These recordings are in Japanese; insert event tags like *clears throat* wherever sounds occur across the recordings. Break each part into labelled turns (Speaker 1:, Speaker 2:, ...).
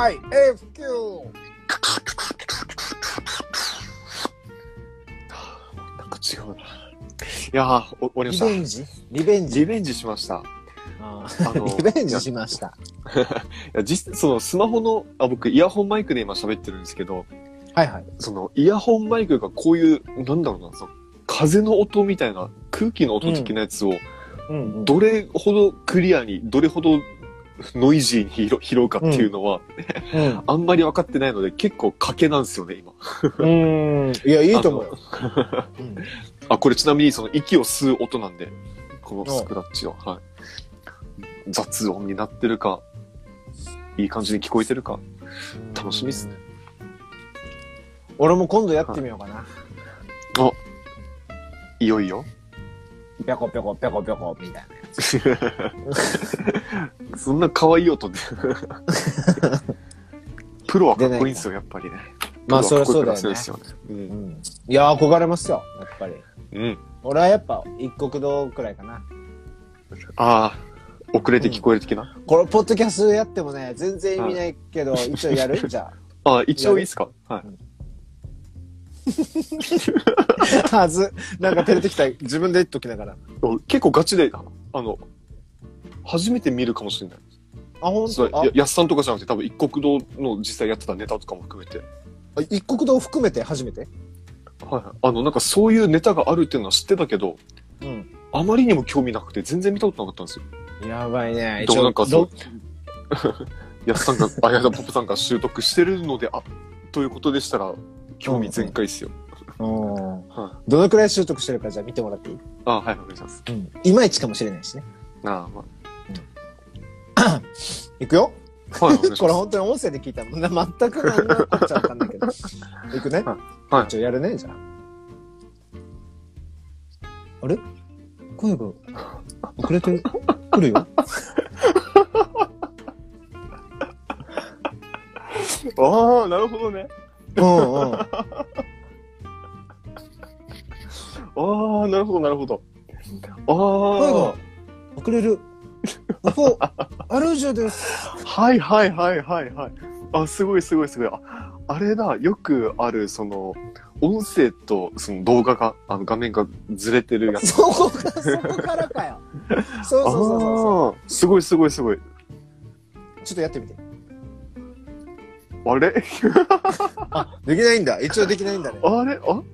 Speaker 1: FYFQ!
Speaker 2: なんか違うな。いやー、お終わりま
Speaker 1: リ
Speaker 2: した。
Speaker 1: ベンジリベンジ
Speaker 2: リベンジしました。
Speaker 1: あ
Speaker 2: あの
Speaker 1: ー *laughs* リベンジしました。
Speaker 2: いや実そのスマホのあ僕イヤホンマイクで今喋ってるんですけど
Speaker 1: はいはい。
Speaker 2: そのイヤホンマイクがこういうなんだろうなその風の音みたいな空気の音的なやつを
Speaker 1: うんうん
Speaker 2: どれほどクリアにどれほどノイジーに拾拾うかっていうのは、
Speaker 1: うん
Speaker 2: あんまり分かってないので結構賭けなんですよね今
Speaker 1: うん。いや、いいと思うよ。うん
Speaker 2: あこれちなみにその息を吸う音なんでこのスクラッチは、はい、雑音になってるかいい感じに聞こえてるか楽しみですね
Speaker 1: 俺も今度やってみようかな。
Speaker 2: いよいよ
Speaker 1: ぴょこぴょこぴょこぴょこみたいな。
Speaker 2: そんな可愛
Speaker 1: *laughs*
Speaker 2: い音で。プロはかっこいいんですよ、やっぱりね。
Speaker 1: まあ
Speaker 2: プロはかっこいいから
Speaker 1: そりゃそ
Speaker 2: 強いですよね。
Speaker 1: うん。いや、憧れますよ、やっぱり。
Speaker 2: うん。うん
Speaker 1: 俺はやっぱ一国道くらいかな。
Speaker 2: ああ、遅れて聞こえる的な。
Speaker 1: これ、ポッドキャストやってもね、全然意味ないけど、一応やるじゃ
Speaker 2: ああ、一応いいですかはい。
Speaker 1: あ。はず。なんか照れてきた。自分で言っときながら。
Speaker 2: お結構ガチで、あの、初めて見るかもしれない。
Speaker 1: あ、ほん
Speaker 2: そ
Speaker 1: とあ
Speaker 2: れや、、やっさんとかじゃなくて、多分一国堂の実際やってたネタとかも含めて。はい
Speaker 1: あ一国道含めて初めて
Speaker 2: はい。あの、なんかそういうネタがあるっていうのは知ってたけど、
Speaker 1: うん。
Speaker 2: あまりにも興味なくて全然見たことなかったんですよ。
Speaker 1: やばいね。
Speaker 2: でもなんかそう
Speaker 1: ど
Speaker 2: *laughs* やっさんが、あやだポップさんが習得してるので、あ、ということでしたら、興味全開ですよ。
Speaker 1: うん
Speaker 2: は
Speaker 1: どのくらい習得してるかじゃあ見てもらっていい、
Speaker 2: あ、はい、お願いします。
Speaker 1: いまいちかもしれないし *clears throat* ね。
Speaker 2: あ、ま
Speaker 1: いくよ
Speaker 2: あ、はい、お願いします。
Speaker 1: これ本当に音声で聞いたもんな。全く何のこっちゃわかんないけ
Speaker 2: *laughs*
Speaker 1: ど。いくね。
Speaker 2: はい
Speaker 1: 一応やるね、じゃあ。あれ声が遅れてくる
Speaker 2: *laughs*
Speaker 1: よ。
Speaker 2: ああ、なるほどね。
Speaker 1: うんうん。
Speaker 2: ああ、なるほど、なるほど。
Speaker 1: 声が
Speaker 2: あ *laughs*
Speaker 1: 遅れる。ここ、アルージュです。
Speaker 2: あ、はいはいはいはいはい。あ、すごいすごいすごい。ああれだ、よくある、その、音声とその動画が、あの画面がずれてるやつ。
Speaker 1: そこか、そこからか *laughs* よ。そうそうそうそうそ
Speaker 2: ああ、すごいすごいすごい。
Speaker 1: う。ちょっとやってみて。
Speaker 2: あれ
Speaker 1: できないんだ。一応できないんだね。
Speaker 2: あれあん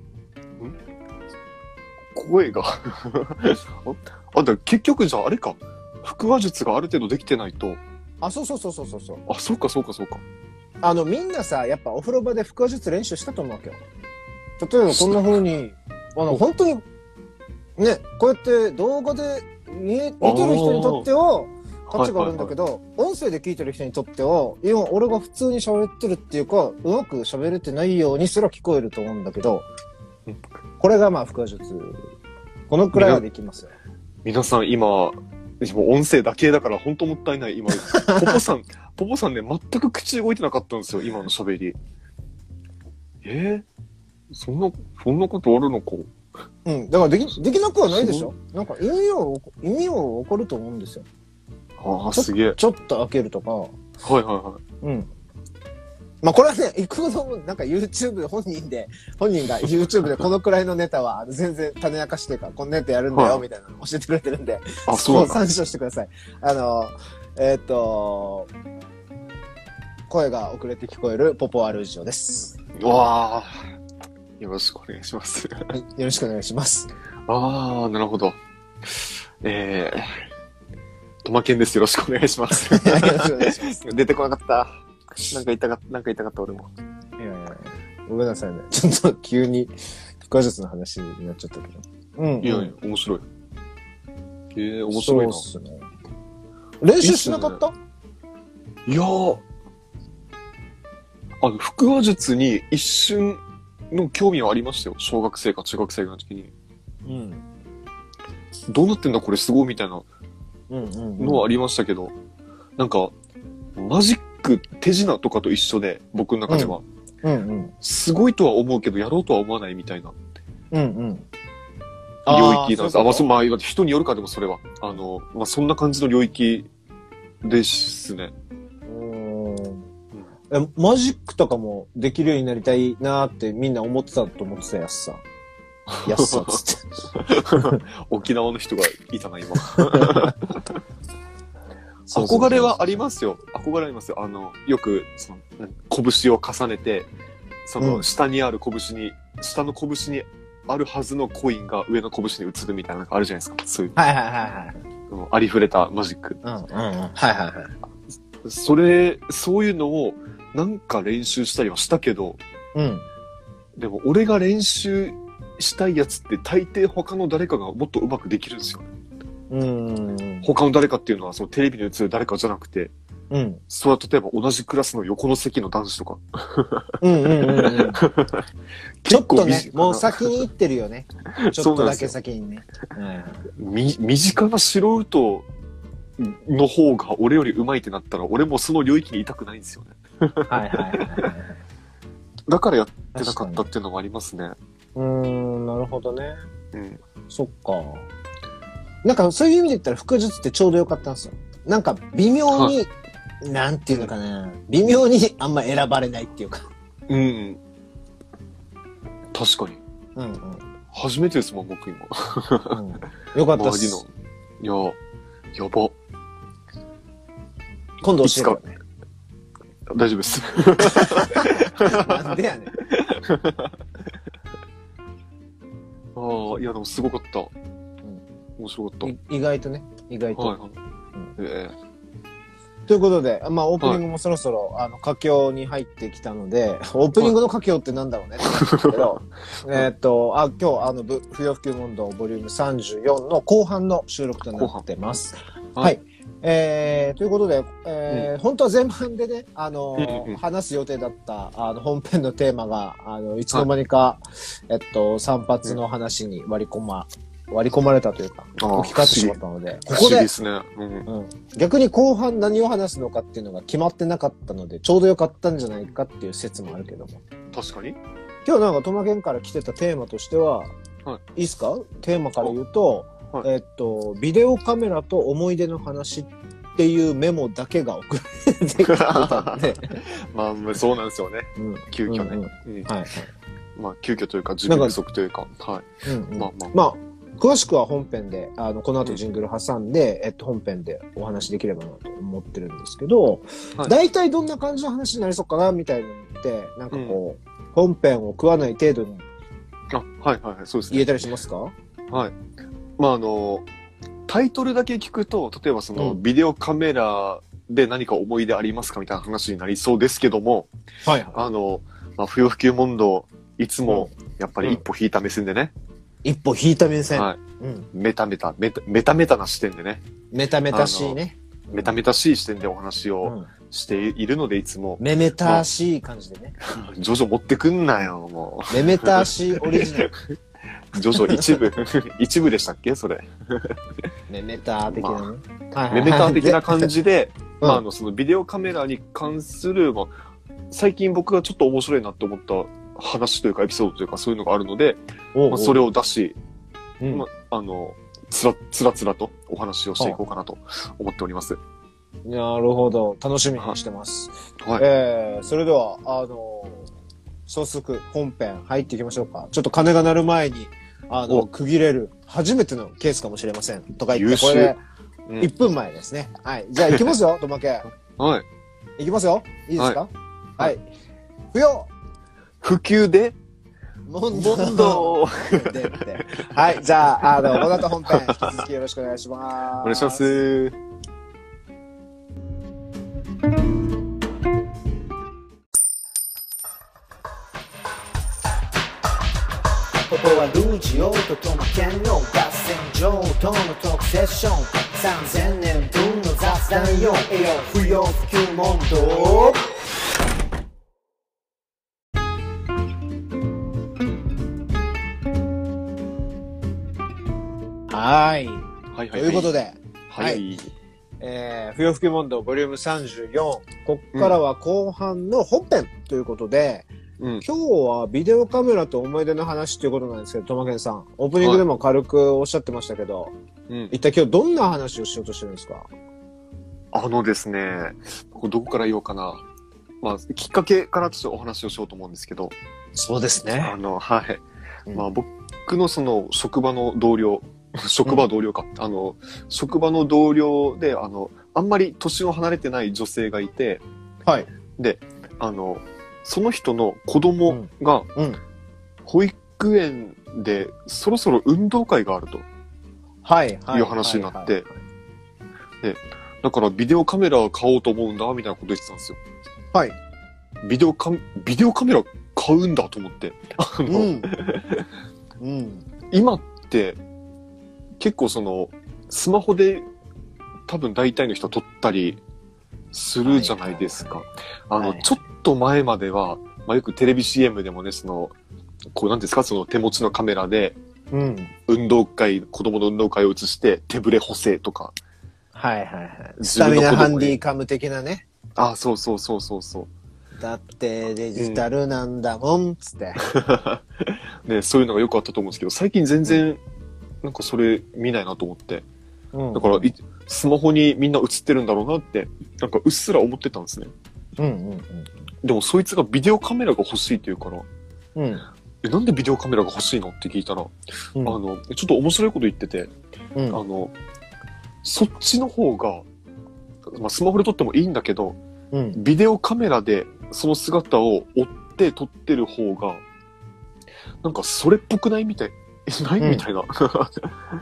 Speaker 2: 声
Speaker 1: *laughs*
Speaker 2: がああだから結局じゃああれか腹話術がある程度できてないと
Speaker 1: あ、そうそうそうそうそうそう。
Speaker 2: あそうかそうかそうか
Speaker 1: あの、みんなさ、やっぱお風呂場で腹話術練習したと思うわけよ。例えばこんな風に、あの、本当に、ね、こうやって動画で見え見てる人にとっては、価値があるんだけど、音声で聞いてる人にとっては、今俺が普通に喋ってるっていうか、うまく喋れてないようにすら聞こえると思うんだけど
Speaker 2: うん、
Speaker 1: これがまあ腹話術。このくらいはできますよ。
Speaker 2: 皆さん今もう音声だけだから本当もったいない今ポポ
Speaker 1: *laughs*
Speaker 2: さんポポさんね全く口動いてなかったんですよ今の喋りえー、そんなそんなことあるのか
Speaker 1: うん。だからでき、できなくはないでしょなんか意味を、意味を起こると思うんですよ。
Speaker 2: ああすげえ
Speaker 1: ちょっと開けるとか、
Speaker 2: はいはいは
Speaker 1: うん。まあこれはね、いくほどもなんか YouTube で本人で、本人が YouTube でこのくらいのネタはあの全然種明かしというか、このネタやるんだ
Speaker 2: は
Speaker 1: よ
Speaker 2: い
Speaker 1: みたいなの教えてくれてるんで、
Speaker 2: いあそうなん
Speaker 1: こ
Speaker 2: だ
Speaker 1: 参照してください。あの、えーっと、声が遅れて聞こえるポポアルージオです。
Speaker 2: わあよろしくお願いします
Speaker 1: はい、よろしくお願いします。
Speaker 2: ああ、なるほど。えー、トマケンです。よろしくお願いし *laughs* ます。
Speaker 1: よろしくお願いし
Speaker 2: *laughs*
Speaker 1: ます。
Speaker 2: 出てこなかった。なんか痛かった、なんか痛かった、俺も。
Speaker 1: いやいやいや、ごめんなさいね。ちょっと急に、腹話術の話になっちゃったけど。うん、
Speaker 2: いやいや、面白い。えー、面白いな。
Speaker 1: そうっすね。練習しなかった
Speaker 2: いやー、あの、腹話術に一瞬の興味はありましたよ。小学生か中学生の時に。
Speaker 1: うん。
Speaker 2: どうなってんだ、これすごいみたいな
Speaker 1: うんうん、うん。
Speaker 2: のはありましたけど、なんか、マジック手品とかと一緒で、僕の中では。
Speaker 1: うんうん。
Speaker 2: すごいとは思うけど、やろうとは思わないみたいな
Speaker 1: うんうん。
Speaker 2: 領域なんです。あ、まあ、そ
Speaker 1: の
Speaker 2: まあ、人によるか、でもそれは。あの、まあ、そんな感じの領域ですね。 *laughs*
Speaker 1: うーんえマジックとかもできるようになりたいなーってみんな思ってたと思ってたやす
Speaker 2: *laughs*
Speaker 1: さん。やすさんっつって。
Speaker 2: 沖縄の人がいた
Speaker 1: *laughs*
Speaker 2: な、今。
Speaker 1: そうそうそう
Speaker 2: 憧れはありますよ。憧れありますよ。あの、よく、その、何拳を重ねて、そうの、
Speaker 1: ん
Speaker 2: 下にある拳に、下の拳にあるはずのコインが上の拳に移るみたいなのがあるじゃないですか。そういう、
Speaker 1: はいはいはいはい。
Speaker 2: うんありふれたマジック。
Speaker 1: うんうんうん。はいはいはい。
Speaker 2: それ、そういうのを、なんか練習したりはしたけど、
Speaker 1: うん。
Speaker 2: でも俺が練習したいやつって大抵他の誰かがもっとうまくできるんですよ。
Speaker 1: うーん。
Speaker 2: 他の誰かっていうのはそのテレビに映る誰かじゃなくて、
Speaker 1: うん。
Speaker 2: それは例えば同じクラスの横の席の男子とか。
Speaker 1: うんうんうんうん。ちょ
Speaker 2: *laughs* 結
Speaker 1: っと
Speaker 2: 構
Speaker 1: ね、もう先に行ってるよね。ちょっ
Speaker 2: *laughs* そう
Speaker 1: と
Speaker 2: なんで
Speaker 1: だ
Speaker 2: す
Speaker 1: け
Speaker 2: よ
Speaker 1: 先にね。はいはい
Speaker 2: み身近な素人の方が俺より上手いってなったら俺もその領域にいたくないんですよね。
Speaker 1: はいはいはいはい。
Speaker 2: *laughs* だからやってなかったっていうのもありますね。
Speaker 1: うーん、なるほどね。
Speaker 2: うん。
Speaker 1: そっか。なんかそういう意味で言ったら、腹術ってちょうどよかったんですよ。なんか微妙に、なんていうのかな。微妙にあんま選ばれないっていうか。
Speaker 2: うん。確かに。
Speaker 1: うんうん。う
Speaker 2: 初めてですもん、僕今。 *laughs*
Speaker 1: ん、よかったっ
Speaker 2: 周り
Speaker 1: す。
Speaker 2: の。いや、やば。
Speaker 1: 今度教えてよね。
Speaker 2: 大丈夫 *laughs* です。
Speaker 1: なんでや
Speaker 2: *laughs*
Speaker 1: ねん。
Speaker 2: ああ、いや、でもすごかった。面白かった。
Speaker 1: い意外とね。意外と。
Speaker 2: はいはい。え
Speaker 1: ということで、まあオープニングもそろそろ、あの、佳境に入ってきたので、オープニングの佳境ってなんだろうねって思うんだけど、 *laughs* えーっと、あ、今日、あの、ぶ不要不急問答ボリューム34の後半の収録となってます。
Speaker 2: 半
Speaker 1: はい。えーということで、えー本当は前半でね、あのー
Speaker 2: うんうん
Speaker 1: 話す予定だった、あの、本編のテーマが、あの、いつの間にか、えっと、散髪の話に割り込ま、割り込まれたというか、
Speaker 2: あー
Speaker 1: 置き換わってしまったので、
Speaker 2: え
Speaker 1: ここ
Speaker 2: 不思議
Speaker 1: で
Speaker 2: で、すね。うん。
Speaker 1: うん逆に後半何を話すのかっていうのが決まってなかったので、ちょうどよかったんじゃないかっていう説もあるけども。
Speaker 2: 確かに。
Speaker 1: 今日なんか、トマゲンから来てたテーマとしては、、
Speaker 2: は
Speaker 1: い
Speaker 2: い
Speaker 1: ですかテーマから言うと、
Speaker 2: はい
Speaker 1: えっと、ビデオカメラと思い出の話っていうメモだけが送られてきてた
Speaker 2: *laughs*
Speaker 1: んで、
Speaker 2: まあ、そうなんですよね。
Speaker 1: うん、はい
Speaker 2: 急遽
Speaker 1: うん
Speaker 2: ね。うん
Speaker 1: はい。
Speaker 2: まあ、急遽というか、準備不足というか。は
Speaker 1: うん
Speaker 2: い。
Speaker 1: うん
Speaker 2: まあまあ。
Speaker 1: まあ、詳しくは本編で、あの、この後ジングル挟んで、えっと、本編でお話できればなと思ってるんですけど、
Speaker 2: はい
Speaker 1: 大体どんな感じの話になりそうかな、みたいなのって、なんかこう、本編を食わない程度に
Speaker 2: あ、はいはいはい、そうです
Speaker 1: 言え
Speaker 2: ね。
Speaker 1: たりしますか
Speaker 2: はい。まあ、あの、タイトルだけ聞くと、例えばそ
Speaker 1: う
Speaker 2: の、
Speaker 1: ん
Speaker 2: ビデオカメラで何か思い出ありますかみたいな話になりそうですけども、
Speaker 1: はいは
Speaker 2: あの、まあ、不要不急問答、いつも、やっぱり一歩引いた目線でね、
Speaker 1: い。一歩引いた目線。
Speaker 2: はい。
Speaker 1: うん。
Speaker 2: メタメタ、メタ、メタメタな視点でね、
Speaker 1: メタメタしいね。
Speaker 2: メタメタしい視点でお話
Speaker 1: う
Speaker 2: を
Speaker 1: ん。
Speaker 2: しているので、いつも、
Speaker 1: メメタしい感じでね。
Speaker 2: ジョジョ持ってくんなよ、も
Speaker 1: メメタしいオリジナル。
Speaker 2: う。ジョジョ一
Speaker 1: *laughs*
Speaker 2: 部、一部でしたっけそれ。
Speaker 1: メメタ的なね。はいはい
Speaker 2: メメター的な感。じで、
Speaker 1: *laughs* うん
Speaker 2: まあ、あの、そのビデオカメラに関する、まあ、最近僕がちょっと面白いなって思った話というか、エピソードというか、そういうのがあるので、まあ、それ
Speaker 1: を、
Speaker 2: を出し、
Speaker 1: うん
Speaker 2: まあ、あの、つら、つらつらとお話をしていこうかなと思っております。
Speaker 1: なるほど。楽しみにしてます。
Speaker 2: はい
Speaker 1: えーそれでは、あのー早速本編入っていきましょうか。ちょっと鐘が鳴る前に、あの、
Speaker 2: お
Speaker 1: 区切れる初めてのケースかもしれません。とか言っ
Speaker 2: 優
Speaker 1: て、
Speaker 2: 秀
Speaker 1: これ、
Speaker 2: うん
Speaker 1: 1分前ですね。はい。じゃあ行きます
Speaker 2: *laughs*
Speaker 1: よ、とまけ。
Speaker 2: はい。
Speaker 1: 行きますよ。いいですかは
Speaker 2: はい
Speaker 1: い。不要
Speaker 2: 普及で、
Speaker 1: 問答
Speaker 2: 問答を
Speaker 1: でって *laughs* はい。じゃあ、あの、この後本編、引き続きよろしくお願いします。
Speaker 2: お願いしま。す。
Speaker 1: ここはルージオとトマケンの合戦場との特セッション3000年分の雑談よ栄養不要不急問答はい、
Speaker 2: はい
Speaker 1: と
Speaker 2: はい
Speaker 1: いうこと
Speaker 2: で、
Speaker 1: で、
Speaker 2: はい。
Speaker 1: えー不要不急問答ボリューム34こっからは後半の本編ということで、
Speaker 2: うん。
Speaker 1: 今日はビデオカメラと思い出の話ということなんですけど、トマケンさん、オープニングでも軽くおっしゃってましたけど、
Speaker 2: うん。
Speaker 1: 一体今日どんな話をしようとしてるんですか
Speaker 2: あのですね、ここどこから言おうかな。まあ、きっかけからちょっとお話をしようと思うんですけど、
Speaker 1: そうです
Speaker 2: あ。の、はい。
Speaker 1: うん
Speaker 2: まあ、僕のその職場の同僚、職場同僚か、あの、職場の同僚で、あの、あんまり年の離れてない女性がいて、
Speaker 1: はい。
Speaker 2: あの、その人の子供が
Speaker 1: うんうん、
Speaker 2: 保育園でそろそろ運動会があると。
Speaker 1: はい。はい
Speaker 2: いう話になって。だからビデオカメラを買おうと思うんだ、みたいなこと言ってたんですよ。
Speaker 1: はい。
Speaker 2: ビデオカ、ビデオカメラ買うんだと思って。あ
Speaker 1: う
Speaker 2: の、
Speaker 1: ん。うん。
Speaker 2: 今って結構そのスマホで多分大体の人撮ったりするじゃないですか。あ
Speaker 1: はい
Speaker 2: の、
Speaker 1: はい
Speaker 2: ちょっと前までは、まあ、よくテレビ CM でもね、その、こうなんですか、その手持ちのカメラで
Speaker 1: うん。
Speaker 2: 運動会、子供の運動会を映して手ぶれ補正とか。
Speaker 1: はいはいはい。ス
Speaker 2: 自
Speaker 1: タ
Speaker 2: 分
Speaker 1: ミ
Speaker 2: の子供に
Speaker 1: ナハンディカム的なね。
Speaker 2: あ、そうそうそうそうそう。
Speaker 1: だってデジタルなんだもん、つって。
Speaker 2: *laughs* ね、そういうのがよくあったと思うんですけど、最近全然、なんかそれ見ないなと思って。
Speaker 1: うん
Speaker 2: だから、いスマホにみんな映ってるんだろうなって、なんかうっすら思ってたんですね。
Speaker 1: うんうん
Speaker 2: でもそいつがビデオカメラが欲しいって言うから、
Speaker 1: うん。うん。
Speaker 2: え、なんでビデオカメラが欲しいのって聞いたら、
Speaker 1: うん
Speaker 2: あの、ちょっと面白いこと言ってて、
Speaker 1: うん
Speaker 2: あの、そっちの方が、まあ、スマホで撮ってもいいんだけど、
Speaker 1: うん。
Speaker 2: ビデオカメラでその姿を追って撮ってる方が、なんかそれっぽくないみたい。 *laughs* え、ない、
Speaker 1: うん
Speaker 2: みたいな。
Speaker 1: はい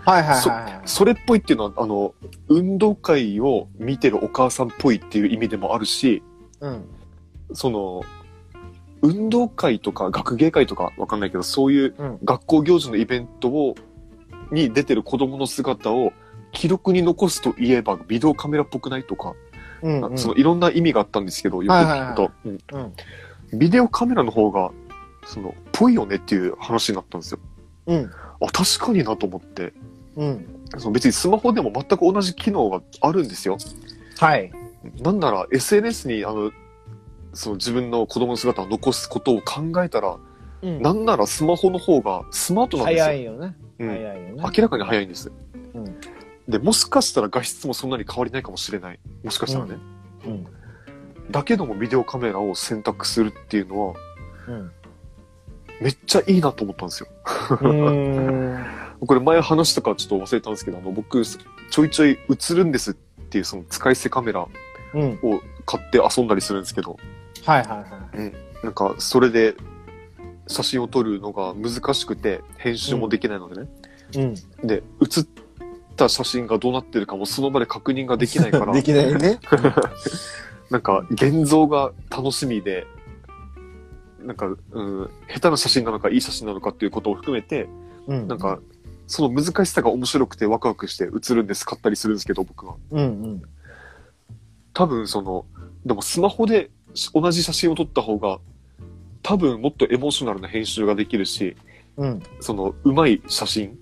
Speaker 1: はいは
Speaker 2: それっぽいっていうのは、あの、運動会を見てるお母さんっぽいっていう意味でもあるし、
Speaker 1: い。うん。
Speaker 2: その、運動会とか学芸会とかわかんないけど、そういう
Speaker 1: うん
Speaker 2: 学校行事のイベントを、に出てる子供の姿を記録に残すといえば、ビデオカメラっぽくないとか、
Speaker 1: うん
Speaker 2: な
Speaker 1: うん。
Speaker 2: そのいろんな意味があったんですけど、よく聞くと、うん
Speaker 1: うん。
Speaker 2: ビデオカメラの方が、その、ぽいよねっていう話になったんですよ。
Speaker 1: うん。
Speaker 2: あ、確かになと思って、
Speaker 1: うん。
Speaker 2: その別にスマホでも全く同じ機能があるんですよ。
Speaker 1: はい。
Speaker 2: なんなら SNS に、あの、その自分の子供の姿を残すことを考えたら、
Speaker 1: うん
Speaker 2: なんならスマホの方がスマートなんですよ。
Speaker 1: 早いよね。
Speaker 2: うん
Speaker 1: 早いよね。
Speaker 2: 明らかに早いんです。
Speaker 1: うん
Speaker 2: で、もしかしたら画質もそんなに変わりないかもしれない。もしかしたらね。
Speaker 1: うん。
Speaker 2: だけどもビデオカメラを選択するっていうのは、
Speaker 1: うん。
Speaker 2: めっちゃいいなと思ったんですよ。
Speaker 1: うん。
Speaker 2: これ前話したかちょっと忘れたんですけど、あの、僕、ちょいちょい映るんですっていうその使い捨てカメラを
Speaker 1: うん。
Speaker 2: 買って遊んだりするんですけど、
Speaker 1: はいはいは
Speaker 2: なんかそれで写真を撮るのが難しくて、編集もできないのでね。
Speaker 1: い。うん。
Speaker 2: で、写った写真がどうなってるかもその場で確認ができないか
Speaker 1: *laughs*
Speaker 2: ら、
Speaker 1: できないね。
Speaker 2: なんか現像が楽しみで、なんか、うん、下手な写真なのかいい写真なのかっていうことを含めて、
Speaker 1: うん。
Speaker 2: なんか、その難しさが面白くてワクワクして写るんです、買ったりするんですけど、僕は。
Speaker 1: うんうん。
Speaker 2: 多分その、でもスマホでし同じ写真を撮った方が、多分もっとエモーショナルな編集ができるし、
Speaker 1: うん。
Speaker 2: その、うまい写真、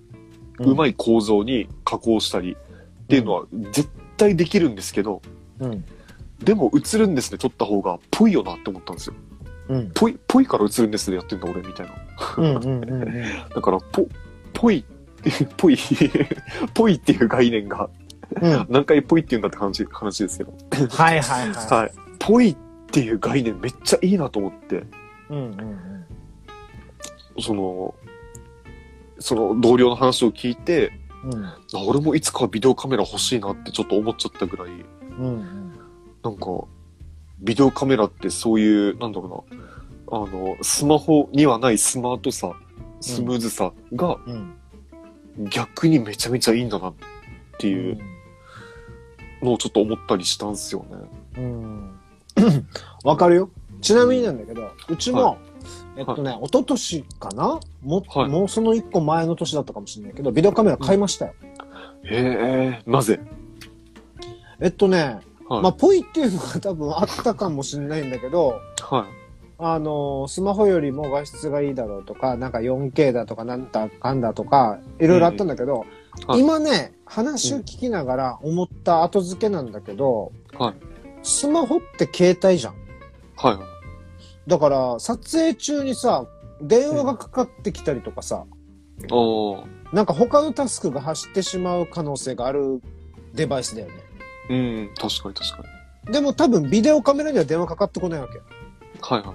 Speaker 2: うま
Speaker 1: い。
Speaker 2: い構造に加工したりっていうのは絶対できるんですけど、
Speaker 1: うん。
Speaker 2: でも映るんですね、撮った方が、ぽいよなって思ったんですよ。
Speaker 1: うん。
Speaker 2: ぽい、ぽいから映るんですね、やってんだ、俺、みたいな。
Speaker 1: うん。うん。うん。
Speaker 2: だから、ぽ、ぽい *laughs* っていう、ぽい、ぽいっていう概念が、 *laughs*
Speaker 1: うん。
Speaker 2: 何回ぽいっていうんだって話、話ですけど。
Speaker 1: はいはいは
Speaker 2: はい。ぽいっていう概念めっちゃいいなと思って、
Speaker 1: い。うんうん
Speaker 2: その、その同僚の話を聞いて、
Speaker 1: うん。
Speaker 2: あ俺もいつかビデオカメラ欲しいなってちょっと思っちゃったぐらい、
Speaker 1: うんうん
Speaker 2: なんか、ビデオカメラってそういう、なんだろうな、あの、スマホにはないスマートさ、スムーズさが
Speaker 1: うん。
Speaker 2: 逆にめちゃめちゃいいんだなっていうのをちょっと思ったりしたんですよ
Speaker 1: う
Speaker 2: ね。
Speaker 1: ん。わかるよ。ちなみになんだけど、うちも、えっとね、一昨年かなも
Speaker 2: はい
Speaker 1: もうその一個前の年だったかもしれないけど、ビデオカメラ買いましたよ。
Speaker 2: へえ、なぜ
Speaker 1: えっとね、
Speaker 2: はい。
Speaker 1: まあ、ぽいっていうのが多分あったかもしれないんだけど、
Speaker 2: はい。
Speaker 1: あのースマホよりも画質がいいだろうとか、なんか 4K だとか、なんだかんだとか、いろいろあったんだけど、
Speaker 2: うんはい
Speaker 1: 今ね、話を聞きながら思った後付けなんだけど、
Speaker 2: はい
Speaker 1: スマホって携帯じゃん。
Speaker 2: はい。
Speaker 1: だから、撮影中にさ、電話がかかってきたりとかさ、
Speaker 2: ああ、
Speaker 1: なんか他のタスクが走ってしまう可能性があるデバイスだよね。
Speaker 2: うん、確かに確か
Speaker 1: でも多分ビデオカメラには電話かかってこないわけ。
Speaker 2: はいは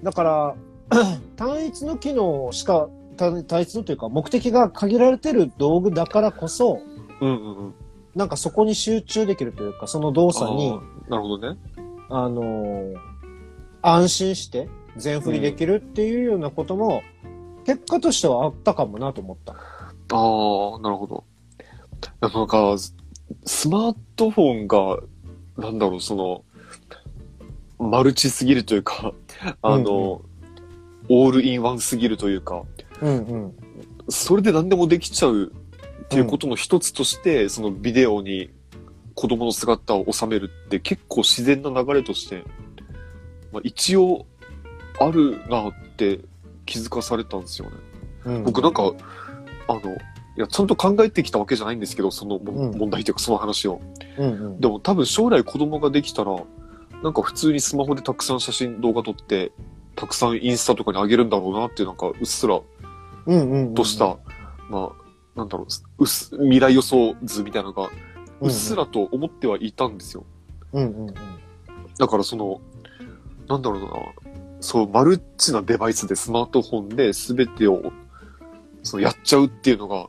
Speaker 2: い。
Speaker 1: だから、 *clears throat* 単一の機能しか、単単一のというか目的が限られてる道具だからこそ、
Speaker 2: うんうんうん。
Speaker 1: なんかそこに集中できるというか、その動作に、
Speaker 2: あーなるほどね。
Speaker 1: あのー安心して全振りできるっていうようなことも、結果としてはあったかもなと思った。
Speaker 2: ああ、なるほど。やっぱなんか、ススマートフォンが、なんだろう、その、マルチすぎるというか、あの、オールインワンすぎるというか、
Speaker 1: うんうん。
Speaker 2: それで何でもできちゃうっていうことの一つとして、そのビデオに子供の姿を収めるって結構自然な流れとして、まあ、一応あるなって気づかされたんですよね。
Speaker 1: うん、
Speaker 2: 僕なんか、あの、いや、ちゃんと考えてきたわけじゃないんですけど、そのも、
Speaker 1: うん
Speaker 2: 問題というかその話を。
Speaker 1: うんうん、
Speaker 2: でも多分将来子供ができたら、なんか普通にスマホでたくさん写真動画撮って、たくさんインスタとかに上げるんだろうなっていうなんかうっすら
Speaker 1: うんうんうん、
Speaker 2: とした、まあ、なんだろう、うっす未来予想図みたいなのが、
Speaker 1: うん
Speaker 2: うっすらと思ってはいたんですよ。
Speaker 1: うんうんうん。
Speaker 2: だからその、なんだろうな、そう、マルチなデバイスでスマートフォンで全てを、そのやっちゃうっていうのが、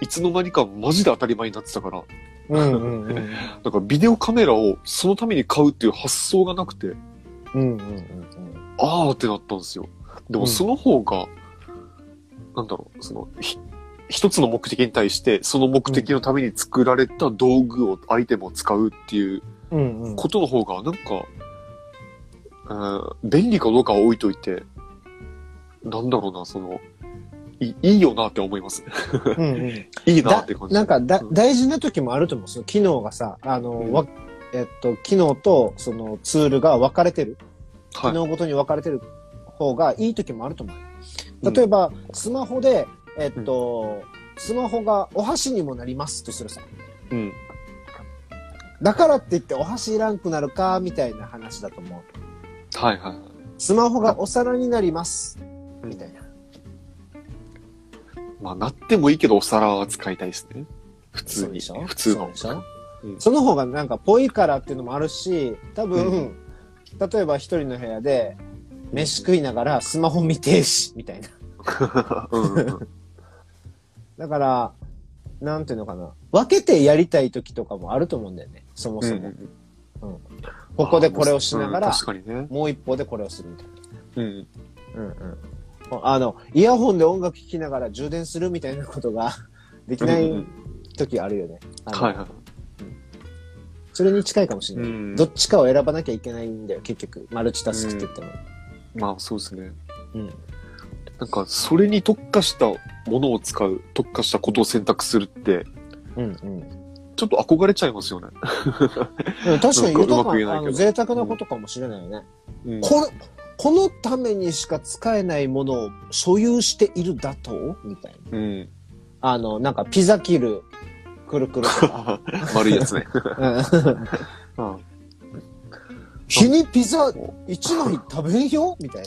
Speaker 2: いつの間にかマジで当たり前になってたから、
Speaker 1: うんうんうん。
Speaker 2: なんかビデオカメラをそのために買うっていう発想がなくて、
Speaker 1: うんうんうん
Speaker 2: あーってなったんですよ。で
Speaker 1: うん
Speaker 2: もその方が、なんだろう、その、ひ一つの目的に対して、その目的のために作られた道具を、アイテムを使うっていう
Speaker 1: うん。うんうん。
Speaker 2: ことの方が、なんか、えー便利かどうかは置いといて、なんだろうな、その、いいいいよなって思います。
Speaker 1: うんうん
Speaker 2: いいな
Speaker 1: だ
Speaker 2: って感じ。
Speaker 1: なんかだ
Speaker 2: うん
Speaker 1: 大事な時もあると思う。その機能がさ、あの、
Speaker 2: うん
Speaker 1: わえっと、機能とそのツールが分かれてる。機
Speaker 2: はい。
Speaker 1: 能ごとに分かれてる方がいい時もあると思
Speaker 2: う
Speaker 1: う。
Speaker 2: ん
Speaker 1: 例えば、スマホで、えっと、スマホがお箸にもなりますとするさ。
Speaker 2: うん。
Speaker 1: だからって言ってお箸いらんくなるか、みたいな話だと思う。
Speaker 2: はいはいはい。
Speaker 1: スマホがお皿になります、みたいな。
Speaker 2: まあ、なってもいいけど、お皿は使いたいですね。普通
Speaker 1: そう
Speaker 2: に
Speaker 1: でしょ。
Speaker 2: 普通
Speaker 1: そう
Speaker 2: の
Speaker 1: で。しょ、
Speaker 2: うん
Speaker 1: その方がなんかぽいからっていうのもあるし、多分、
Speaker 2: う
Speaker 1: 例えば一人の部屋で、飯食いながらスマホ見てえし、みたいな。
Speaker 2: *laughs* うんうんうん
Speaker 1: だから、なんていうのかな。分けてやりたい時とかもあると思うんだよね。そもそも。ここでこれをしなが
Speaker 2: う
Speaker 1: ら
Speaker 2: ん、確かにね。
Speaker 1: もう一方でこれをするみたいな。
Speaker 2: うん。
Speaker 1: うんうん。あの、イヤホンで音楽聴きながら充電するみたいなことができない
Speaker 2: うんうん
Speaker 1: 時あるよね。あの
Speaker 2: はいはい。
Speaker 1: それに近いかもしれ
Speaker 2: う
Speaker 1: ない。
Speaker 2: ん
Speaker 1: ど。っちかを選ばなきゃいけないんだよ、結局。マルチタスクって言っても。
Speaker 2: まあそうですね。
Speaker 1: うん。
Speaker 2: なんか、それに特化したものを使う、特化したことを選択するって、
Speaker 1: うんうん。
Speaker 2: ちょっと憧れちゃいますよね。
Speaker 1: でも確かに
Speaker 2: なんか
Speaker 1: 豊
Speaker 2: うま
Speaker 1: か
Speaker 2: く言え
Speaker 1: な、
Speaker 2: ない
Speaker 1: あ
Speaker 2: けど
Speaker 1: の、贅沢なことかもしれないよね。
Speaker 2: うん
Speaker 1: これ、このためにしか使えないものを所有しているだとみたいな。
Speaker 2: *laughs* うん。
Speaker 1: あの、なんかピザ切る、くるくるとか。
Speaker 2: 丸いやつね。
Speaker 1: うん
Speaker 2: うん
Speaker 1: 日にピザ一枚食べんよみたい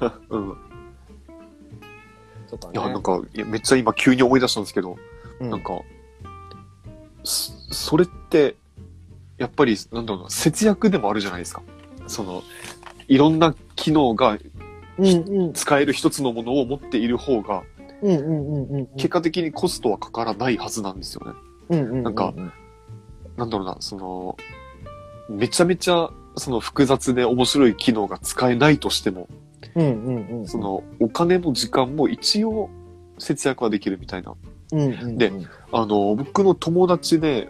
Speaker 1: な。
Speaker 2: *laughs* うん。
Speaker 1: とか
Speaker 2: い
Speaker 1: ね。
Speaker 2: や、なんか、いやめっちゃ今急に思い出したんですけど、
Speaker 1: うん
Speaker 2: なんか、そそれって、やっぱり、なんだろうな、節約でもあるじゃないですか。その、いろんな機能が
Speaker 1: うんうん
Speaker 2: 使える一つのものを持っている方が、
Speaker 1: うんうんうんうん
Speaker 2: 結果的にコストはかからないはずなんですよね。
Speaker 1: うんうんうん
Speaker 2: なんかなんだろうな、その、めちゃめちゃ、その複雑で面白い機能が使えないとしても、
Speaker 1: うんうんうん
Speaker 2: その、お金も時間も一応節約はできるみたいな。
Speaker 1: うんうんうん
Speaker 2: であの、僕の友達で、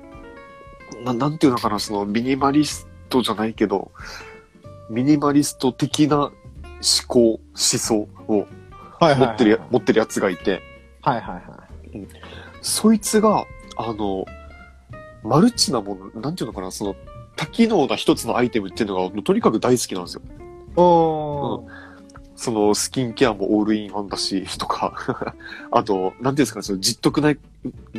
Speaker 2: ななんていうのかな、そのミニマリストじゃないけど、ミニマリスト的な思考、思想を
Speaker 1: はいはい
Speaker 2: 持
Speaker 1: はい
Speaker 2: ってるや、持ってるやつがいて、
Speaker 1: はいはいは
Speaker 2: そいつが、あの、マルチなもの、なんていうのかな、その、多機能な一つのアイテムっていうのが、もうとにかく大好きなんですよ。
Speaker 1: い。おー
Speaker 2: その、スキンケアもオールインワンだし、とか、 *laughs* あと、なんていうんですかね、その、十徳ナイフ、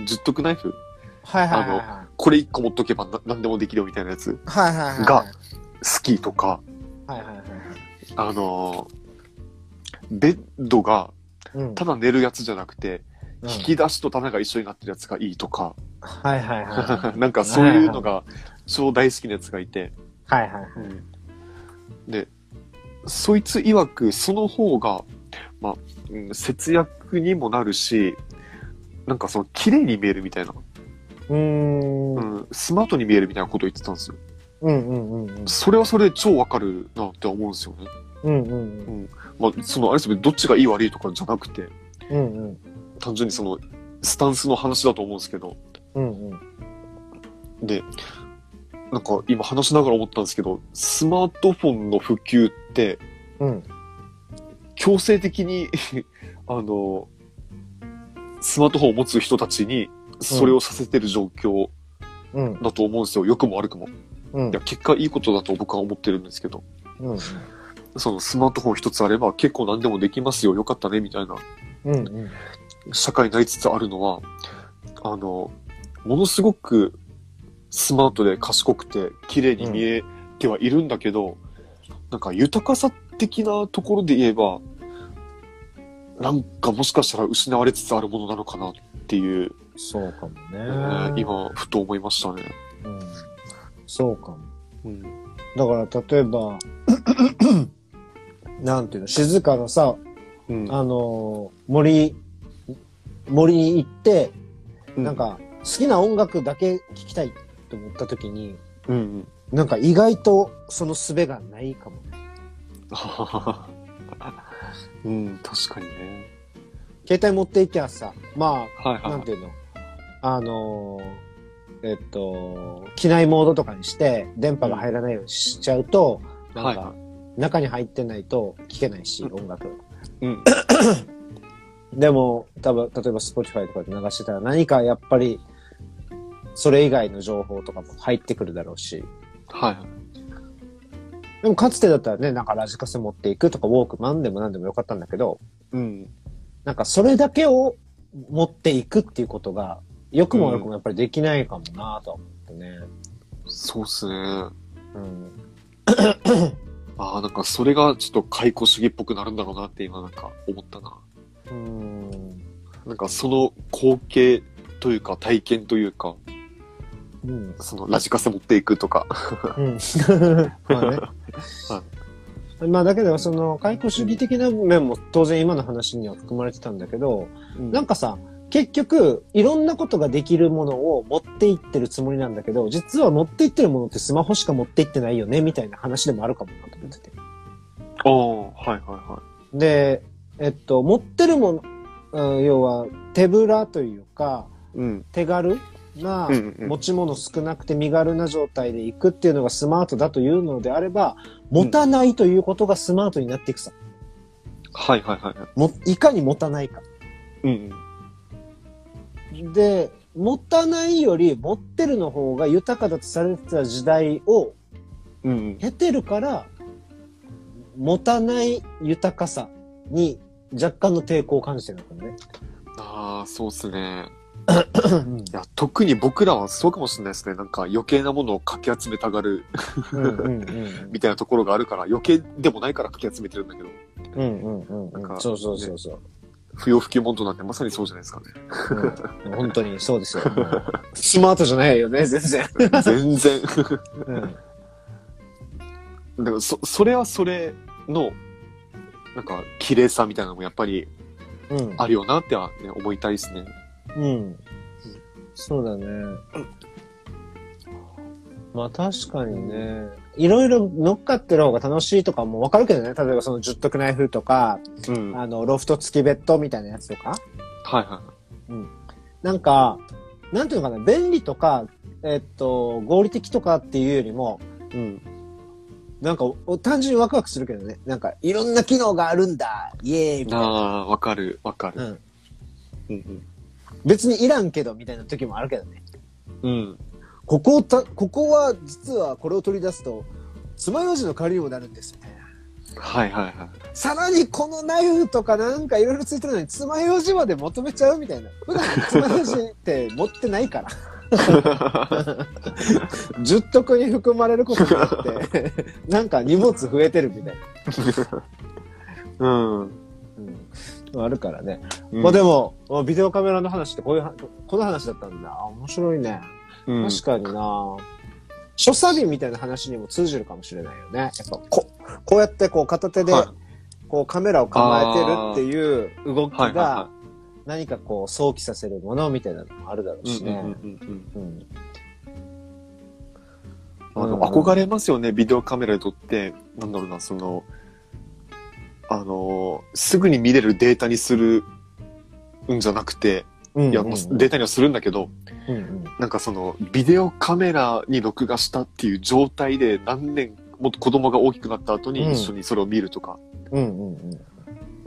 Speaker 2: 十徳ナイフ
Speaker 1: はいはいはいは
Speaker 2: これ一個持っとけばな何でもできるよみたいなやつ。
Speaker 1: い。はいはいはいはい。
Speaker 2: がスキーとか、
Speaker 1: はいはいはいはい。
Speaker 2: あのーベッドが
Speaker 1: うん
Speaker 2: ただ寝るやつじゃなくて、
Speaker 1: うん
Speaker 2: *laughs* 引き出しと棚が一緒になってるやつがいいとか、
Speaker 1: はいはいはい。
Speaker 2: なんかそういうのが超大好きなやつがいて、
Speaker 1: はいはいはい。
Speaker 2: で、そいつ曰く、その方が、まあ、うん節約にもなるし、なんかその、綺麗に見えるみたいな、
Speaker 1: うーん。う
Speaker 2: う
Speaker 1: ん
Speaker 2: ん、スマートに見えるみたいなことを言ってたんですよ。
Speaker 1: うんうんうん。
Speaker 2: それはそれで超わかるなって思うんですよね。
Speaker 1: うんうん
Speaker 2: まあ、その、あれですよねどっちがいい悪いとかじゃなくて、
Speaker 1: うん。うんうん。
Speaker 2: 単純にその、スタンスの話だと思うんですけど、
Speaker 1: うんうん。
Speaker 2: で、なんか今話しながら思ったんですけど、スマートフォンの普及って、
Speaker 1: うん。
Speaker 2: 強制的に *laughs* あのスマートフォンを持つ人たちにそれをさせてる状況
Speaker 1: うん。
Speaker 2: だと思うんですよ、良くも悪くもい
Speaker 1: うん
Speaker 2: や。結果いいことだと僕は思ってるんですけど
Speaker 1: うん。
Speaker 2: そのスマートフォン一つあれば結構何でもできますよよかったねみたいな
Speaker 1: うんうん。
Speaker 2: 社会になりつつあるのはあのものすごくスマートで賢くて綺麗に見えてはいるんだけど、なんか豊かさ的なところで言えばなんかもしかしたら失われつつあるものなのかなっていう、
Speaker 1: そうかも
Speaker 2: えー
Speaker 1: ね。。
Speaker 2: 今ふと思いましたね。
Speaker 1: うん。そうかも。
Speaker 2: うん、
Speaker 1: だから例えば、なんていうの、静かなさ、
Speaker 2: うん、
Speaker 1: あのー森、森に行って、
Speaker 2: う
Speaker 1: なん、か好きな音楽だけ聴きたいと思った時に、
Speaker 2: うんうん、 *laughs*
Speaker 1: なんか意外とその術がないかもね。
Speaker 2: うん、確かにね。
Speaker 1: 携帯持っていきゃさ、ま
Speaker 2: はい
Speaker 1: あ、
Speaker 2: はい
Speaker 1: なん
Speaker 2: はい。
Speaker 1: ていうの、あのーえっと、機内モードとかにして、電波が入らないようにしちゃうと、な
Speaker 2: は
Speaker 1: ん
Speaker 2: いは
Speaker 1: か、中に入ってないと聴けないし、
Speaker 2: うん
Speaker 1: 音楽。
Speaker 2: うん、
Speaker 1: *clears throat* でも、多分、例えば Spotify とかで流してたら何かやっぱり、それ以外の情報とかも入ってくるだろうし。
Speaker 2: はいはい。
Speaker 1: でもかつてだったらね、なんかラジカセ持っていくとか、ウォークマンでも何でもよかったんだけど、
Speaker 2: うん、
Speaker 1: なんかそれだけを持っていくっていうことが、良くも悪くもやっぱりできないかもなとは思ってね。
Speaker 2: そうっすね。
Speaker 1: うん。
Speaker 2: ああ、なんかそれがちょっと解雇主義っぽくなるんだろうなって今なんか思ったな。
Speaker 1: うん。
Speaker 2: なんかその光景というか体験というか、
Speaker 1: うん。
Speaker 2: そのラジカセ持っていくとか。
Speaker 1: うん。まあね。まあだけど、その、解雇主義的な面も当然今の話には含まれてたんだけど、
Speaker 2: な
Speaker 1: なんんか
Speaker 2: か、
Speaker 1: さ、結局、いろんなことができるものを持っていってるつもりなんだけど、実は持っていってるものってスマホしか持っていってないよね、みたいな話でもあるかもなと思ってて。
Speaker 2: ああ、はいはいは
Speaker 1: で、えっと、持ってるもの、うん要は手ぶらというか、
Speaker 2: い。うん。
Speaker 1: 手軽な
Speaker 2: うんうん
Speaker 1: 持ち物少なくて身軽な状態で行くっていうのがスマートだというのであれば、持たないということがスマートになっていくさ。
Speaker 2: はいはいはいはい。
Speaker 1: もいかに持たないか。
Speaker 2: うん
Speaker 1: で、持たないより持ってるの方が豊かだとされてた時代を
Speaker 2: うん。うん
Speaker 1: 経てるから、持たない豊かさに若干の抵抗を感じてるんだ
Speaker 2: *laughs*
Speaker 1: よ
Speaker 2: ああ、そうっすね。
Speaker 1: ね。
Speaker 2: いや、特に僕らはそうかもしれないですね。なんか余計なものをかき集めたがる
Speaker 1: うんうんうん
Speaker 2: みたいなところがあるから、余計でもないからかき集めてるんだけど、
Speaker 1: うんうんうん
Speaker 2: な
Speaker 1: うん
Speaker 2: んか
Speaker 1: そうそうそうそう。
Speaker 2: 不要不急問答なんてまさにそうじゃないですかね。
Speaker 1: うん本当にそうですよ。もうスマートじゃないよね、全然。
Speaker 2: 全然。
Speaker 1: うん
Speaker 2: だからそそれはそれのなんか綺麗さみたいなのもやっぱり
Speaker 1: うん
Speaker 2: あるよなっては、ね、思いたいですね。
Speaker 1: うん。そうだね。まあ確かにね、いろいろ乗っかってる方が楽しいとかもわかるけどね。例えばその十徳ナイフとか、
Speaker 2: うん。はい
Speaker 1: あの、ロフト付きベッドみたいなやつとか。
Speaker 2: は
Speaker 1: なんか、なんていうのかな、便利とか、えっと、合理的とかっていうよりも、
Speaker 2: い。うん。
Speaker 1: なんか、お単純にワクワクするけどね。なんか、いろんな機能があるんだ、イエーイみた
Speaker 2: あ
Speaker 1: いな。
Speaker 2: あ、わかるわか
Speaker 1: う
Speaker 2: る。
Speaker 1: ん。
Speaker 2: うん
Speaker 1: 別にいらんけど、みたいな時もあるけどね。
Speaker 2: うん。うん。
Speaker 1: ここをた、ここは、実はこれを取り出すと、爪楊枝の代わりにもなるんですよね。
Speaker 2: はいはいはい。
Speaker 1: さらにこのナイフとかなんかいろいろついてるのに、爪楊枝まで求めちゃうみたいな。普段爪楊枝って持ってないから。 *laughs* 十徳に含まれることになって、 *laughs* なんか荷物増えてるみたいな。 *laughs*
Speaker 2: うん。
Speaker 1: うん。あるからね。
Speaker 2: うん
Speaker 1: まあでも、ビデオカメラの話ってこういうは、この話だったんだ。あ面白いね。
Speaker 2: うん
Speaker 1: 確かにな、所作美みたいな話にも通じるかもしれないよね。やっぱここうやってこう片手で
Speaker 2: は
Speaker 1: こうカメラを構えてるっていう動き
Speaker 2: はいはいは
Speaker 1: が何かこう想起させるものみたいなのもあるだろうし
Speaker 2: い。うんう
Speaker 1: ね。
Speaker 2: んうんうん
Speaker 1: うん
Speaker 2: あ
Speaker 1: う
Speaker 2: の
Speaker 1: んうん
Speaker 2: 憧れますよね、ビデオカメラにとって、なんだろうな、その、あの、すぐに見れるデータにするんじゃなくて、
Speaker 1: うん
Speaker 2: いや、まあデータにはするんだけど、
Speaker 1: うんうん
Speaker 2: なんかその、ビデオカメラに録画したっていう状態で何年、もっと子供が大きくなった後
Speaker 1: うん
Speaker 2: に一緒にそれを見るとか、
Speaker 1: うんうんうん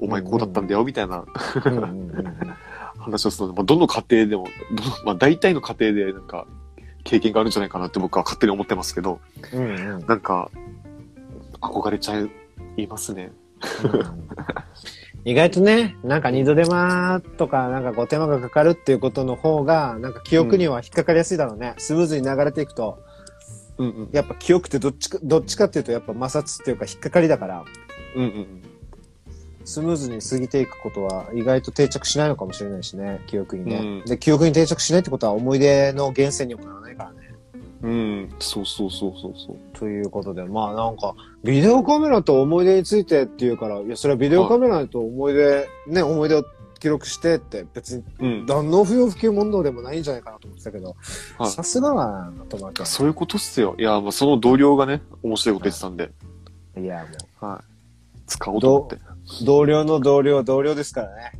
Speaker 2: お前こうだったんだよ、みたいな
Speaker 1: うんうんうんうん
Speaker 2: 話をするので、まあ、どの家庭でも、どのまあ、大体の家庭でなんか、経験があるんじゃないかなって僕は勝手に思ってますけど、
Speaker 1: うん
Speaker 2: *laughs*
Speaker 1: うん
Speaker 2: なんか、憧れちゃいますね。
Speaker 1: 意外とね、なんか二度手間とか、なんかこう手間がかかるっていうことの方が、なんか記憶には引っかかりやすいだろうね。スムーズに流れていくと、
Speaker 2: うんうん。
Speaker 1: やっぱ記憶ってどっちか、どっちかっていうとやっぱ摩擦っていうか引っかかりだから、
Speaker 2: うんうん。
Speaker 1: スムーズに過ぎていくことは意外と定着しないのかもしれないしね、記憶にね。
Speaker 2: うん
Speaker 1: で、記憶に定着しないってことは思い出の源泉にもならないからね。
Speaker 2: うん、そうそうそうそうそう。
Speaker 1: ということで、まあなんか、ビデオカメラと思い出についてっていうから、いや、それはビデオカメラと思い出、ね、思い出を記録してって別に
Speaker 2: うん。
Speaker 1: 何の不要不急問答でもないんじゃないかなと思ってたけど、
Speaker 2: はい
Speaker 1: さすがは、トマト。
Speaker 2: そういうことっすよ。いや、まあ、その同僚がね、面白いこと言ってたんで、
Speaker 1: いや、も
Speaker 2: はい。使おうと思って。
Speaker 1: う、同僚の同僚は同僚ですからね。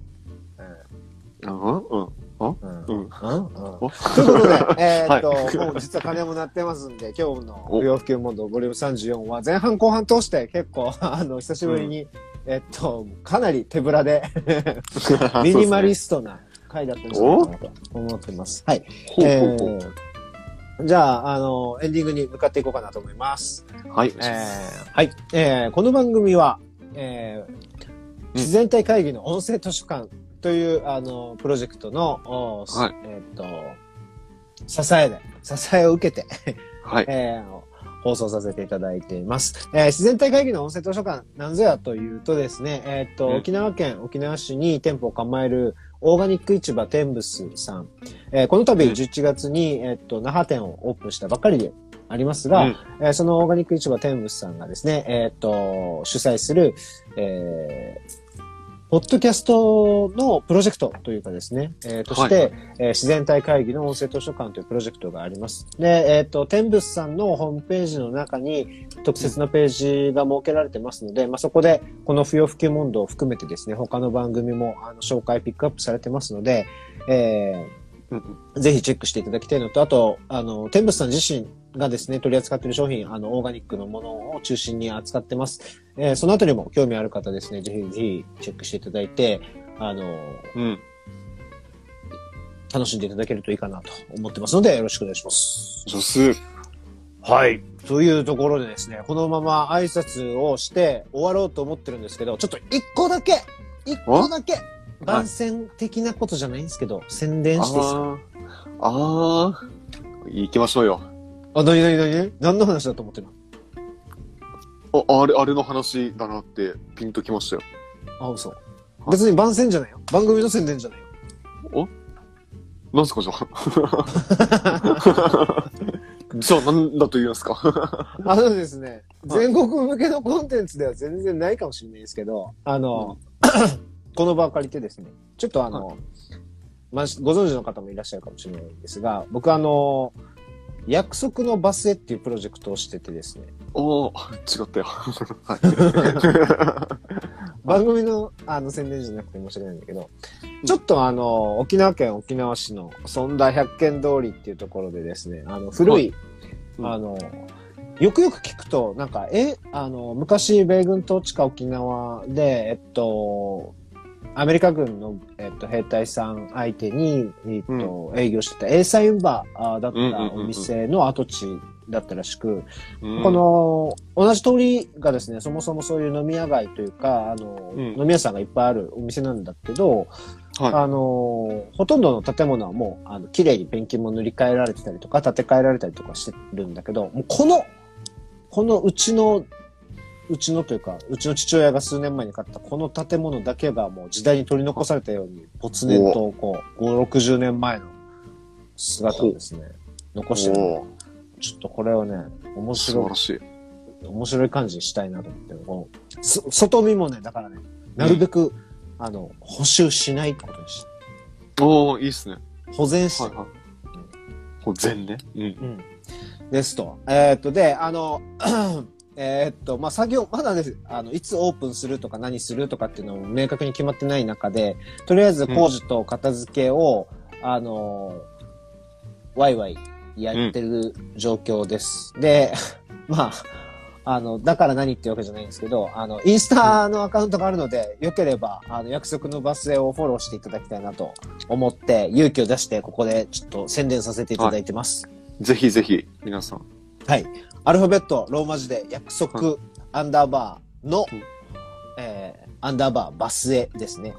Speaker 2: うんう
Speaker 1: う
Speaker 2: ん。
Speaker 1: ん。う
Speaker 2: う
Speaker 1: ん。
Speaker 2: ん。
Speaker 1: うん。
Speaker 2: お
Speaker 1: という *laughs* ことで、えーっと、
Speaker 2: はい
Speaker 1: もう実は金も鳴ってますんで、今日の不要不急問答ボリューム34は前半後半通して結構、 *laughs* あの、久しぶりに、えっと、かなり手ぶらで、
Speaker 2: *laughs*
Speaker 1: ミニマリストな回だったんじゃないかなと思ってます。はい。
Speaker 2: そうですね。ほうほうほ
Speaker 1: え
Speaker 2: う。
Speaker 1: ーじゃあ、あの、エンディングに向かっていこうかなと思います。
Speaker 2: はい。
Speaker 1: えーはい、えーこの番組は、えー自然体会議の音声図書館という、あの、プロジェクトの、おー
Speaker 2: はい
Speaker 1: えーっと、支えで、支えを受けて、
Speaker 2: はい。
Speaker 1: えー放送させていただいています。えー自然体会議の音声図書館、なんぞやというとですね、えーっと、
Speaker 2: うん
Speaker 1: 沖縄県沖縄市に店舗を構えるオーガニック市場天ブスさん。えーこの度
Speaker 2: うん
Speaker 1: 11月に、えーっと、那覇店をオープンしたばかりでありますが、
Speaker 2: うん
Speaker 1: えーそのオーガニック市場天ブスさんがですね、えーっと、主催する、えーポッドキャストのプロジェクトというかですね、えーとして、
Speaker 2: はい
Speaker 1: えー自然体会議の音声図書館というプロジェクトがあります。で、えっ、と、天仏さんのホームページの中に特設のページが設けられてますので、まあ、そこでこの不要不急問答を含めてですね、他の番組もあの紹介ピックアップされてますので、えー
Speaker 2: うん
Speaker 1: ぜひチェックしていただきたいのと、あと、あの、天仏さん自身がですね、取り扱っている商品、あの、オーガニックのものを中心に扱ってます。えーそのあたりも興味ある方ですね、ぜひぜひチェックしていただいて、あの、
Speaker 2: うん。
Speaker 1: 楽しんでいただけるといいかなと思ってますので、よろしくお願いします。
Speaker 2: 女数。
Speaker 1: はい。というところでですね、このまま挨拶をして終わろうと思ってるんですけど、ちょっと一個だけ、一個だけ、番宣的なことじゃないんですけど、宣伝していいですか
Speaker 2: ああ。ああ。行きましょうよ。
Speaker 1: あ、なになになに何の話だと思ってるの
Speaker 2: あ、あれ、あれの話だなって、ピンときましたよ。
Speaker 1: あ、嘘。別に番宣じゃないよ。番組の宣伝じゃないよ。
Speaker 2: なんすか、じゃあ。じゃあ、なんだと言います
Speaker 1: *laughs*
Speaker 2: か。*laughs*
Speaker 1: あのですね、
Speaker 2: はい
Speaker 1: 全国向けのコンテンツでは全然ないかもしれないですけど、あの、 *coughs* この場を借りてですね、ちょっとあの、まあ、ご存知の方もいらっしゃるかもしれないんですが、僕あの、約束のバスへっていうプロジェクトをしててですね、
Speaker 2: おー、違ったよ。 *laughs* はい。
Speaker 1: 番組のあの宣伝じゃなくて申し訳ないんだけど、ちょっとあの、沖縄県沖縄市の尊大百軒通りっていうところでですね、あの、古い、
Speaker 2: はい
Speaker 1: あの、よくよく聞くと、なんか、え、あの、昔、米軍統治下沖縄で、えっと、アメリカ軍の、えっと、兵隊さん相手に、えっと、営業してた、エーサインバーあだった
Speaker 2: うんうんうんうん
Speaker 1: お店の跡地だったらしく、
Speaker 2: うん
Speaker 1: こ、の、同じ通りがですね、そもそもそういう飲み屋街というか、あの、
Speaker 2: うん
Speaker 1: 飲み屋さんがいっぱいあるお店なんだけど、
Speaker 2: は
Speaker 1: あのーほとんどの建物はもう、あの、綺麗にペンキも塗り替えられてたりとか、建て替えられたりとかしてるんだけど、もうこの、このうちの、うちのというか、うちの父親が数年前に買ったこの建物だけがもう時代に取り残されたように、ぽつねんと、こう、5、60年前の姿をですね、残
Speaker 2: い。
Speaker 1: してる。
Speaker 2: おー
Speaker 1: ちょっとこれをね、面
Speaker 2: 素晴
Speaker 1: 白
Speaker 2: らしい。
Speaker 1: い、面白い感じにしたいなと思って、こう、そ外見もね、だからね、なるべく、あの、補修しないってことにし
Speaker 2: おー、いいっすね。
Speaker 1: た。保全して、
Speaker 2: はいはい。保全ね。うん。
Speaker 1: うん。ですと。えーっと、で、あの、 *clears throat* えーっと、まあ、作業、まだです。あの、いつオープンするとか何するとかっていうのも明確に決まってない中で、とりあえず工事と片付けを、あの、ワイワイやってる状況です。で、 *laughs* まあ、あの、だから何ってわけじゃないんですけど、あの、インスタのアカウントがあるので、よければ、あの、約束のバスへをフォローしていただきたいなと思って、勇気を出して、ここでちょっと宣伝させていただいてます。
Speaker 2: ぜひぜひ、皆さん。
Speaker 1: はい。アルファベット、ローマ字で、約束、アンダーバーの、
Speaker 2: うん
Speaker 1: えー、アンダーバー、バスへですね。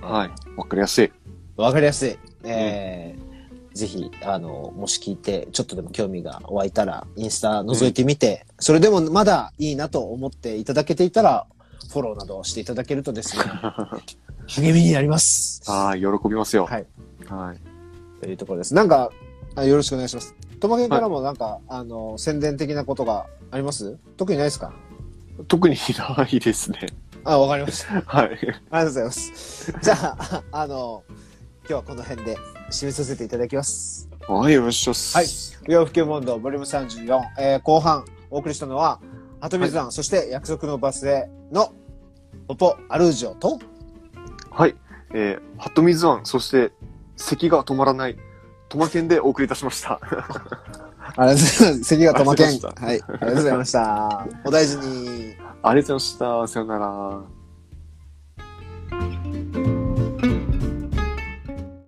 Speaker 2: はい。わかりやすい。
Speaker 1: わかりやすい。えーぜひ、あの、もし聞いて、ちょっとでも興味が湧いたら、インスタ覗いてみて、それでもまだいいなと思っていただけていたら、フォローなどしていただけるとですね、
Speaker 2: *laughs*
Speaker 1: 励みになります。
Speaker 2: はい、喜びますよ。
Speaker 1: はい。
Speaker 2: はい。
Speaker 1: というところです。なんか、あよろしくお願いします。トマケンからもなんか、あの、宣伝的なことがあります特にないですか
Speaker 2: 特にないですね。 *laughs*
Speaker 1: あ、わかりました。
Speaker 2: はい。
Speaker 1: ありがとうございます。じゃあ、あの、今日はこの辺で締めさせていただきます。
Speaker 2: はい、よろしくっす。
Speaker 1: はい不要不急問答ボリューム34、えー後半お送りしたのは、鳩水団、そして約束のバスへのポポアルージョ *laughs* と、
Speaker 2: はい。えー、ハットミズワン、そして、咳が止まらない、トマケンでお送りいたしました。 *laughs*
Speaker 1: ありがとうございます。関ヶ
Speaker 2: ありがとうございました
Speaker 1: はい、ありがとうございました。お大事に。
Speaker 2: ありがとうございました。さよなら。